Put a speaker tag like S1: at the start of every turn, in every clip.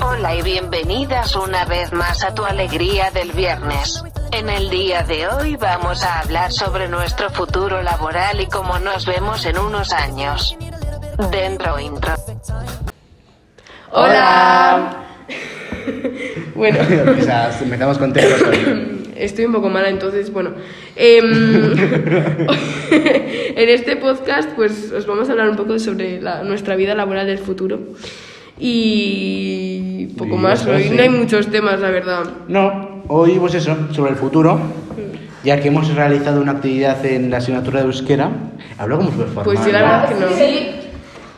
S1: Hola y bienvenidas una vez más a tu alegría del viernes. En el día de hoy vamos a hablar sobre nuestro futuro laboral y cómo nos vemos en unos años. Dentro intro.
S2: Hola. bueno,
S3: Empezas- empezamos con temas hoy.
S2: estoy un poco mala, entonces, bueno. Em, en este podcast, pues os vamos a hablar un poco sobre la- nuestra vida laboral del futuro. Y poco
S3: Y
S2: más,
S3: eso,
S2: hoy
S3: sí.
S2: no hay muchos temas, la verdad.
S3: No, hoy pues eso, sobre el futuro,
S2: Mm.
S3: ya que hemos realizado una actividad en la asignatura de euskera, hablo como súper formal,
S2: Pues yo la
S3: ¿no?
S2: verdad que no.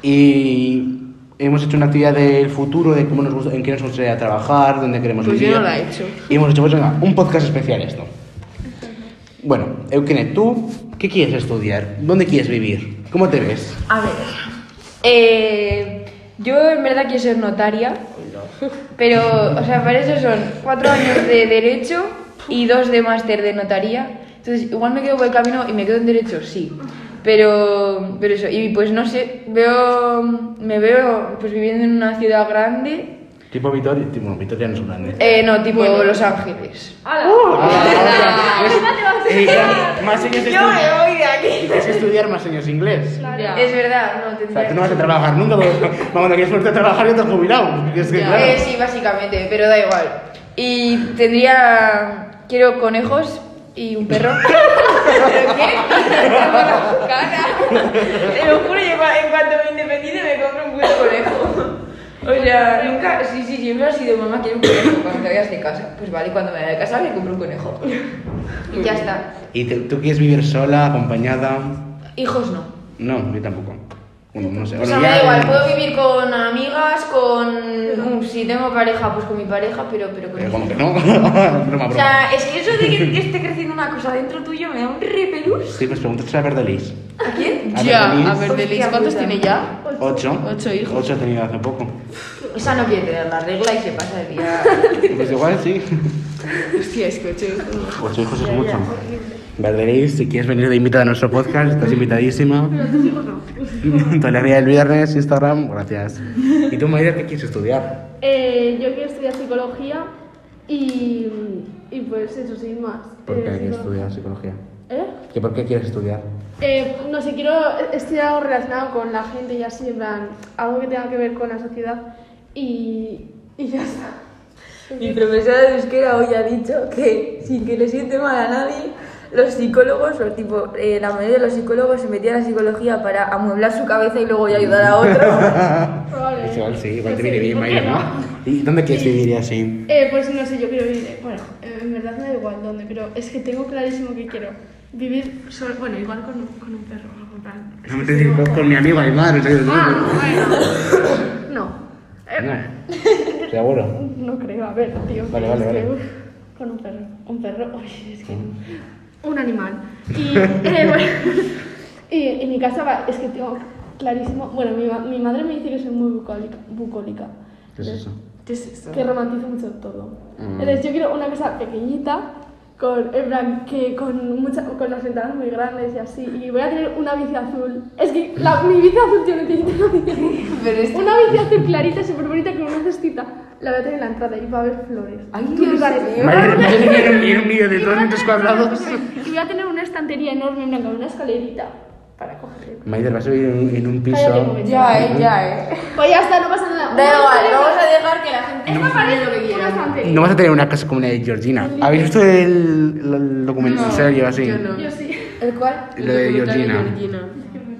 S3: Y hemos hecho una actividad del futuro, de cómo nos gusta- en qué nos gustaría trabajar, dónde queremos
S2: Pues yo
S3: vivir.
S2: no la he hecho.
S3: Y hemos hecho pues, venga, un podcast especial esto. Bueno, Eukene, ¿tú qué quieres estudiar? ¿Dónde quieres vivir? ¿Cómo te ves?
S4: A ver. eh, yo en verdad quiero ser notaria. Pero, o sea, para eso son cuatro años de derecho y dos de máster de notaría. Entonces, igual me quedo por el camino y me quedo en derecho, sí. Pero, pero eso, y pues no sé, veo, me veo pues viviendo en una ciudad grande.
S3: Tipo Vitoria, tipo Vitoria no es grande.
S4: Eh, no, tipo
S2: Bueno.
S4: Los Ángeles.
S3: Ah,
S2: Ah. Pues
S3: Pues, eh, más años de estudio.
S4: voy de aquí.
S3: Es estudiar más años inglés.
S4: Es verdad, no,
S3: O
S4: tendría
S3: sea, tú no vas
S4: que-
S3: a trabajar nunca. porque- Cuando quieres ponerte a trabajar ya te has jubilado. Es que,
S2: Ya.
S3: claro.
S4: Eh, sí, básicamente, pero da igual. Y tendría. Quiero conejos y un perro. ¿Pero qué? Te lo juro, yo cua- en cuanto me independice me compro un puto conejo. O sea, nunca. Sí, sí, siempre ha sido mamá, quiero un conejo cuando te vayas de casa. Pues vale, cuando me vaya de casa me compro un conejo. Y ya está.
S3: ¿Y te- tú quieres vivir sola, acompañada?
S4: Hijos no.
S3: No, yo tampoco. Bueno, no sé.
S4: O sea,
S3: bueno,
S4: me da
S3: ya-
S4: igual, puedo vivir con amigas, con. Si tengo pareja, pues con mi pareja, pero, pero con
S3: Pero
S4: hijos
S3: eh, como que no. broma, broma.
S4: O sea, es que eso de que, que esté creciendo una cosa dentro tuyo me da un repelús.
S3: Sí, pues pregúntate a Verdelis.
S4: ¿A quién?
S3: A ver,
S2: Ya, a
S3: Denise.
S2: ver, Delis,
S4: Hostia
S2: ¿cuántos
S4: puta.
S2: tiene ya?
S3: Ocho.
S2: Ocho hijos.
S3: Ocho he tenido hace poco.
S4: Esa no quiere tener la regla y se pasa el día.
S3: Pues igual sí.
S2: Hostia, es que ocho hijos.
S3: Ocho hijos es mucho. Verdelis, si quieres venir de invitada a nuestro podcast, estás invitadísima. Tolerancia del viernes, Instagram, gracias. ¿Y tú, María, qué quieres estudiar?
S5: Eh, yo quiero estudiar psicología y, y pues eso sí, más.
S3: ¿Por qué
S5: Eh,
S3: quieres
S5: psico-
S3: estudiar psicología?
S5: ¿Eh?
S3: ¿Que ¿Por qué quieres estudiar?
S5: Eh, no sé, quiero estudiar algo relacionado con la gente y así, en plan, algo que tenga que ver con la sociedad y, y ya está.
S6: Mi profesora de euskera hoy ha dicho que sin que le siente mal a nadie, los psicólogos, o tipo, eh, la mayoría de los psicólogos se metían a la psicología para amueblar su cabeza y luego ya ayudar a otro.
S5: Probable.
S3: Pues igual sí, igual te
S5: No sé,
S3: viene bien,
S5: ¿por qué
S3: María, ¿no? ¿Y dónde quieres vivir y así?
S5: Eh, pues no sé, yo quiero vivir, bueno, eh, en verdad me da igual dónde, pero es que tengo clarísimo que quiero vivir solo, bueno, igual con, con un perro o algo en plan.
S3: No me te digo con mi amigo Aymar, o sea,
S5: Ah, bueno. No. Eh,
S3: No. Seguro.
S5: No creo, a ver, tío.
S3: Vale,
S5: pero
S3: vale,
S5: es que,
S3: vale.
S5: uf, Con un perro. Un perro, uy, es que. Un animal. Y, eh, bueno, y en mi casa va, es que tengo clarísimo. Bueno, mi, ma- mi madre me dice que soy muy bucólica. bucólica
S3: ¿Qué es eso?
S6: ¿Qué es eso?
S5: Que romantizo mucho todo.
S3: Mm.
S5: Entonces, yo quiero una casa pequeñita. Con, en plan, que con, mucha, con las ventanas muy grandes y así. Y voy a tener una bici azul. Es que la, mi bici azul, tío, necesito una bici azul.
S6: Pero es...
S5: Una bici azul clarita, súper bonita, con una cestita. La voy a tener en la entrada y va a haber flores.
S6: Ay,
S5: ¿Tú
S6: Dios
S5: qué tal?
S6: mío.
S3: María, María, un- un vídeo de
S5: Y
S3: dos
S5: voy a
S3: metros
S5: tener
S3: cuadrados.
S5: flores. Y voy a tener una estantería enorme blanca, una escalerita para coger.
S3: Maida, vas a vivir en, en un
S5: Cállate un
S3: piso.
S5: momento.
S6: Ya, eh, ya, eh.
S5: Pues ya está, no pasa nada.
S6: Da igual, vamos a dejar que la gente...
S5: Esto parece una estantería.
S3: No vas a tener una casa como la de Georgina. ¿Habéis visto el, el documental
S2: No,
S3: serio así?
S2: yo no.
S5: Yo sí.
S6: ¿El cual?
S3: Lo de Georgina.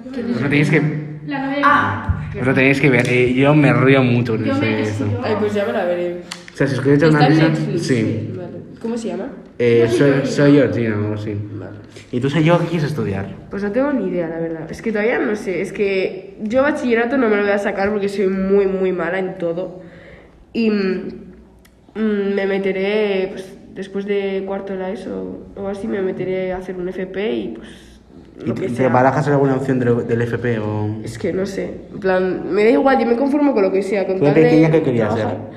S3: Os lo tenéis que,
S5: La novia.
S3: os lo tenéis que ver. eh, Yo me río mucho con
S5: yo
S3: ese-
S5: me.
S3: esto.
S5: sí, yo-
S2: Ay, pues ya me la veré.
S3: O sea, si os queréis echar una
S2: ¿Está en
S3: risa.
S2: Netflix?
S3: Sí.
S2: Vale. ¿Cómo se llama?
S3: Eh, soy, soy Georgina o algo así. ¿Y tú, soy yo, qué quieres estudiar?
S2: Pues no tengo ni idea, la verdad. Es que todavía no sé. Es que yo bachillerato no me lo voy a sacar porque soy muy, muy mala en todo. Y mm, mm, me meteré, pues, después de cuarto de la ESO o así, me meteré a hacer un FP y pues...
S3: ¿Y
S2: lo
S3: te,
S2: que
S3: te
S2: sea.
S3: barajas alguna opción del, del FP o...?
S2: Es que no sé. En plan, me da igual, yo me conformo con lo que sea. Con
S3: ¿Tú de
S2: tal de
S3: pequeña qué querías ser?
S2: trabajar.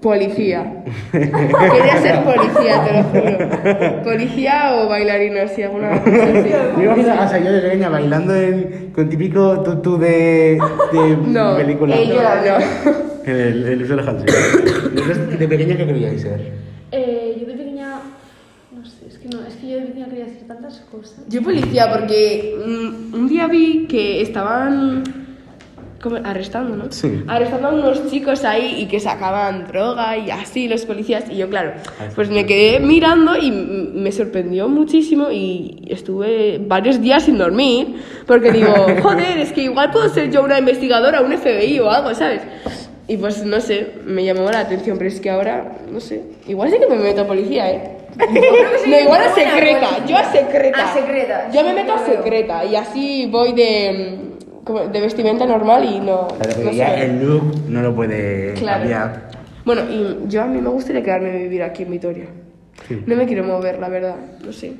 S2: Policía. Quería ser policía, te lo juro. Policía o bailarina, así, alguna cosa así.
S3: Me imagino a yo de pequeña bailando en, con típico tutú de, de
S2: No.
S3: película.
S2: Eh, yo la- no.
S3: En el, en el Museo de Hansen. Entonces, ¿De pequeña qué queríais ser?
S5: Eh, yo de pequeña. No sé, es que no, es que yo de pequeña quería hacer tantas cosas.
S2: Yo policía, porque mm, un día vi que estaban como arrestando, ¿no?
S3: Sí.
S2: Arrestando a unos chicos ahí y que sacaban droga y así los policías. Y yo, claro, pues me quedé mirando y m- me sorprendió muchísimo y estuve varios días sin dormir porque digo, joder, es que igual puedo ser yo una investigadora, un FBI o algo, ¿sabes? Y pues no sé, me llamó la atención, pero es que ahora, no sé, igual sí que me meto a policía, ¿eh?
S6: creo que soy
S2: no, igual a
S6: buena
S2: secreta,
S6: policía.
S2: yo a secreta.
S6: A secreta,
S2: Yo me
S6: sí,
S2: meto
S6: lo
S2: a
S6: veo.
S2: secreta y así voy de, mm, como de vestimenta normal y no.
S3: Claro,
S2: no
S3: porque
S2: se
S3: ya
S2: ve.
S3: el look no lo puede
S2: Claro.
S3: cambiar.
S2: Bueno, y yo a mí me gustaría quedarme a vivir aquí en Vitoria. No me quiero mover, la verdad, no sé.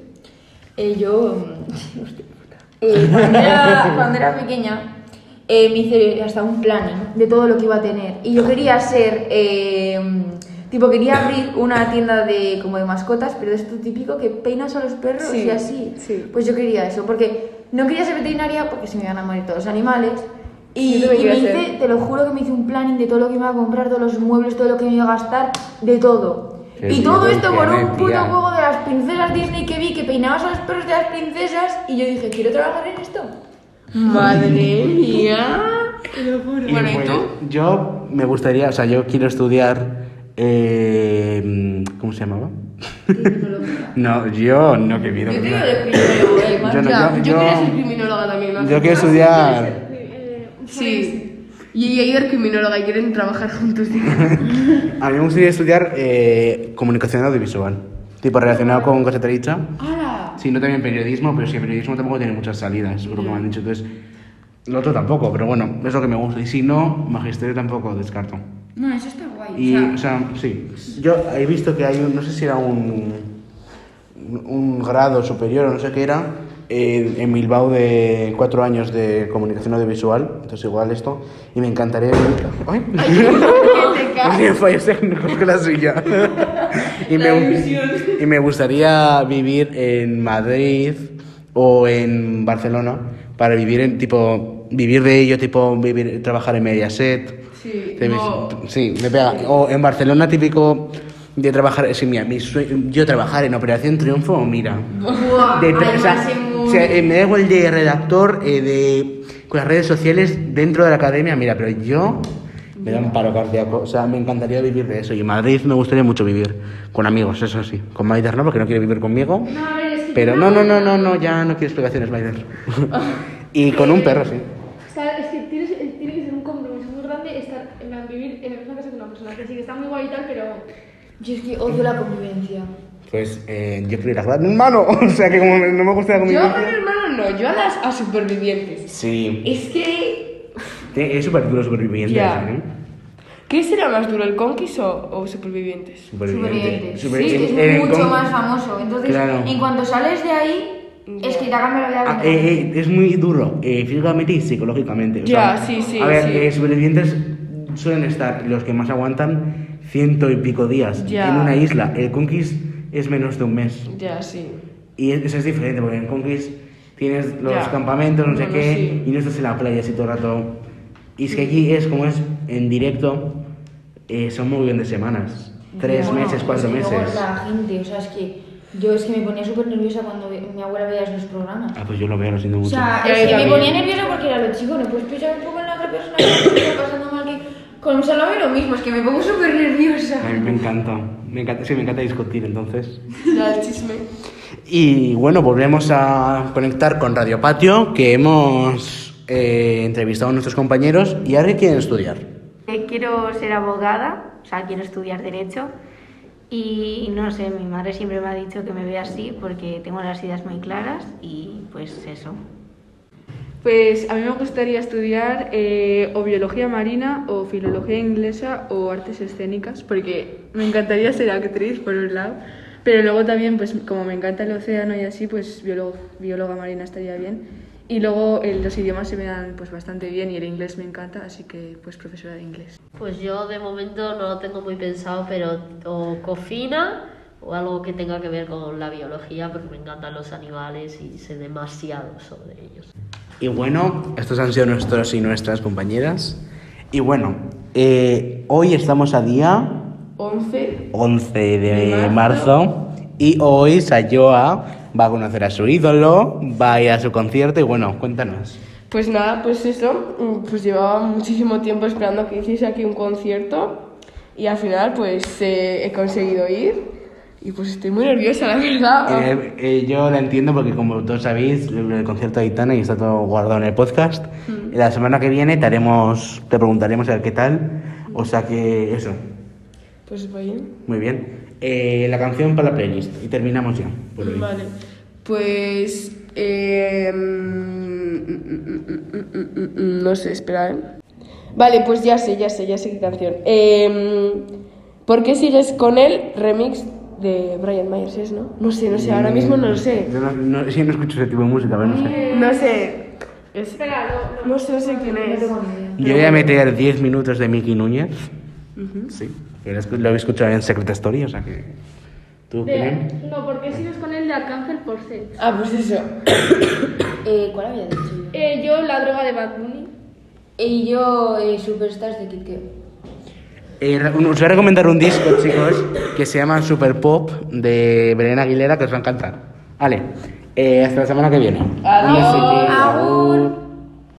S6: Eh, yo, mm, hostia puta. Eh, cuando, era, cuando era pequeña, eh, me hice hasta un planning de todo lo que iba a tener. Y yo quería ser, eh, tipo, quería abrir una tienda de, como de mascotas, pero de esto típico que peinas a los perros
S2: Sí,
S6: y así.
S2: sí.
S6: Pues yo quería eso, porque no quería ser veterinaria porque se me iban a morir todos los animales. Y,
S2: Yo también
S6: y me
S2: quería ser.
S6: hice, te lo juro que me hice un planning de todo lo que me iba a comprar, todos los muebles, todo lo que me iba a gastar, de todo.
S3: Qué
S6: y todo
S3: bien,
S6: esto
S3: qué
S6: por un
S3: bien,
S6: puto
S3: tía.
S6: juego de las princesas Disney que vi que peinabas a los perros de las princesas y yo dije, quiero trabajar en esto.
S2: Madre mía. Bueno, ¿y
S3: bueno,
S2: tú?
S3: pues, Yo me gustaría, o sea, yo quiero estudiar. eh, ¿Cómo se llamaba? no, yo no que miedo. pues que
S6: Yo te
S3: miedo.
S6: digo de primero, eh, más
S3: Yo no,
S2: Ya, yo,
S3: yo- yo-
S2: quería ser criminóloga también. ¿no?
S3: Yo quiero estudiar.
S5: Eh, un
S2: Sí. Y ella es criminóloga y quieren trabajar juntos.
S3: A mí me gustaría estudiar eh, comunicación audiovisual. Tipo relacionado con Cosa Dicha.
S2: ¡Hala!
S3: Sí, no también periodismo, pero sí, el periodismo tampoco tiene muchas salidas, por lo que me han dicho. Entonces, lo otro tampoco, pero bueno, es lo que me gusta. Y si no, magisterio tampoco descarto.
S6: No, eso está guay.
S3: Y, o sea, sí. Yo he visto que hay un, no sé si era un, un grado superior o no sé qué era, eh, en Bilbao de cuatro años de comunicación audiovisual, entonces igual esto, y me encantaría... ¡Ay! No tiene fallos técnicos con la silla. y, me, y me gustaría vivir en Madrid o en Barcelona para vivir en tipo vivir de ello, tipo vivir, trabajar en Mediaset.
S2: Sí,
S3: Te ves-
S2: no.
S3: sí, me pega. O en Barcelona típico de trabajar, sí, mira, mi sue- yo trabajar en Operación Triunfo o mira. De tra- o sea, o sea, eh, me da igual de redactor, eh, de con las redes sociales dentro de la academia, mira, pero yo me da un paro cardíaco, o sea, me encantaría vivir de eso. Y en Madrid me gustaría mucho vivir con amigos, eso sí. Con Maider no, porque no quiere vivir conmigo.
S5: No, a ver, es que
S3: Pero
S5: yo
S3: no, no, no, no, no, ya no quiero explicaciones, Maider. y con un perro, sí.
S5: O sea, es que tienes, eh, tiene que ser un compromiso muy grande estar, en plan, vivir en la misma casa que una persona. Que sí, que está muy guay y tal, pero.
S6: Yo es que odio la convivencia.
S3: Pues eh, yo quiero ir a jugar a mi hermano, o sea que como no me gusta la
S2: Yo a mi
S3: convivencia.
S2: hermano no, yo a las a supervivientes.
S3: Sí,
S2: Es que
S3: Te- es súper duro superviviente.
S2: Ya.
S3: ¿eh?
S2: ¿Qué será más duro, el Conquist o, o Supervivientes?
S3: Superviviente.
S6: Sí, es
S3: En el
S6: mucho
S3: com-
S6: más famoso. Entonces,
S3: Claro.
S6: en cuanto sales de ahí, es que te ha cambiado la vida.
S3: Ah, eh, eh, es muy duro, eh, físicamente y psicológicamente. o
S2: Ya,
S3: sea,
S2: sí, sí,
S3: A ver,
S2: sí.
S3: eh, supervivientes suelen estar los que más aguantan ciento y pico días
S2: Ya.
S3: en una isla. El Conquist es menos de un mes.
S2: Ya, sí.
S3: Y es- eso es diferente, porque en Conquist tienes los
S2: Ya.
S3: campamentos, no sé
S2: Bueno,
S3: qué,
S2: sí.
S3: y no estás en la playa así todo el rato. Y es que aquí es como es en directo, eh, son muy bien de semanas. Tres
S6: Bueno,
S3: meses, cuatro
S6: es que luego
S3: meses.
S6: La gente, o sea, es que yo es que me ponía súper nerviosa cuando ve- mi abuela veía esos programas.
S3: Ah, pues yo lo veo, lo siento
S6: O
S3: mucho.
S6: sea,
S2: Ya,
S6: es que
S2: ya,
S6: me
S2: ya.
S6: ponía nerviosa porque era lo chico, no puedes pensar un poco en la otra persona que está pasando mal que con un salame lo mismo, es que me pongo súper nerviosa.
S3: A mí me encanta, me encanta, sí, me encanta discutir entonces.
S2: Ya, el chisme.
S3: Y bueno, volvemos a conectar con Radio Patio, que hemos eh, entrevistado a nuestros compañeros y ahora quieren estudiar.
S7: Eh, Quiero ser abogada, o sea, quiero estudiar derecho y no sé, mi madre siempre me ha dicho que me vea así porque tengo las ideas muy claras y pues eso.
S8: Pues a mí me gustaría estudiar eh, o biología marina o filología inglesa o artes escénicas, porque me encantaría ser actriz, por un lado, pero luego también, pues como me encanta el océano y así, pues biólogo- bióloga marina estaría bien. Y luego eh, los idiomas se me dan pues bastante bien y el inglés me encanta, así que pues profesora de inglés.
S9: Pues yo de momento no lo tengo muy pensado, pero o cocina o algo que tenga que ver con la biología, porque me encantan los animales y sé demasiado sobre ellos.
S3: Y bueno, estos han sido nuestros y nuestras compañeras. Y bueno, eh, hoy estamos a día
S2: 11.
S3: 11 de
S2: De marzo.
S3: marzo y hoy Sayoa va a conocer a su ídolo, va a ir a su concierto y bueno, cuéntanos.
S2: Pues nada, pues eso, mm, pues llevaba muchísimo tiempo esperando que hiciese aquí un concierto y al final pues eh, he conseguido ir y pues estoy muy nerviosa, la verdad.
S3: Eh, eh, yo la entiendo porque como todos sabéis, el, el concierto de Aitana y está todo guardado en el podcast.
S2: Mm.
S3: La semana que viene te, haremos, te preguntaremos a ver qué tal. O sea que eso,
S2: Pues voy.
S3: muy bien. Eh, la canción para la playlist y terminamos ya. por hoy.
S2: Vale. Pues eh, mm, mm, mm, mm, mm, mm, no sé, espera. ¿eh? Vale, pues ya sé, ya sé, ya sé qué canción. Eh, ¿Por qué sigues con el remix de Brian Myers, es, no? No sé, no sé, ahora mismo no lo sé.
S3: Yo no, no- sí, no escucho ese tipo de música, pero no sé.
S2: No sé. Espera, no, sé, no sé quién es.
S3: Yo voy a meter 10 minutos de Mickey Núñez. Sí. que lo escu- Lo he escuchado en Secret Story, o sea que. ¿Tú opinión?
S5: De- no, porque sigues con el de Arcángel Porcel.
S2: Ah, pues eso.
S6: Eh, ¿Cuál había dicho yo?
S5: Eh, yo, la droga de Bad Bunny.
S6: Y yo, eh, Superstars de Kid Keo.
S3: Eh, re- un- os voy a recomendar un disco, chicos, que se llama Super Pop de Belén Aguilera, que os va a encantar. Vale, eh, hasta la semana que viene.
S2: Adiós.
S3: Adiós.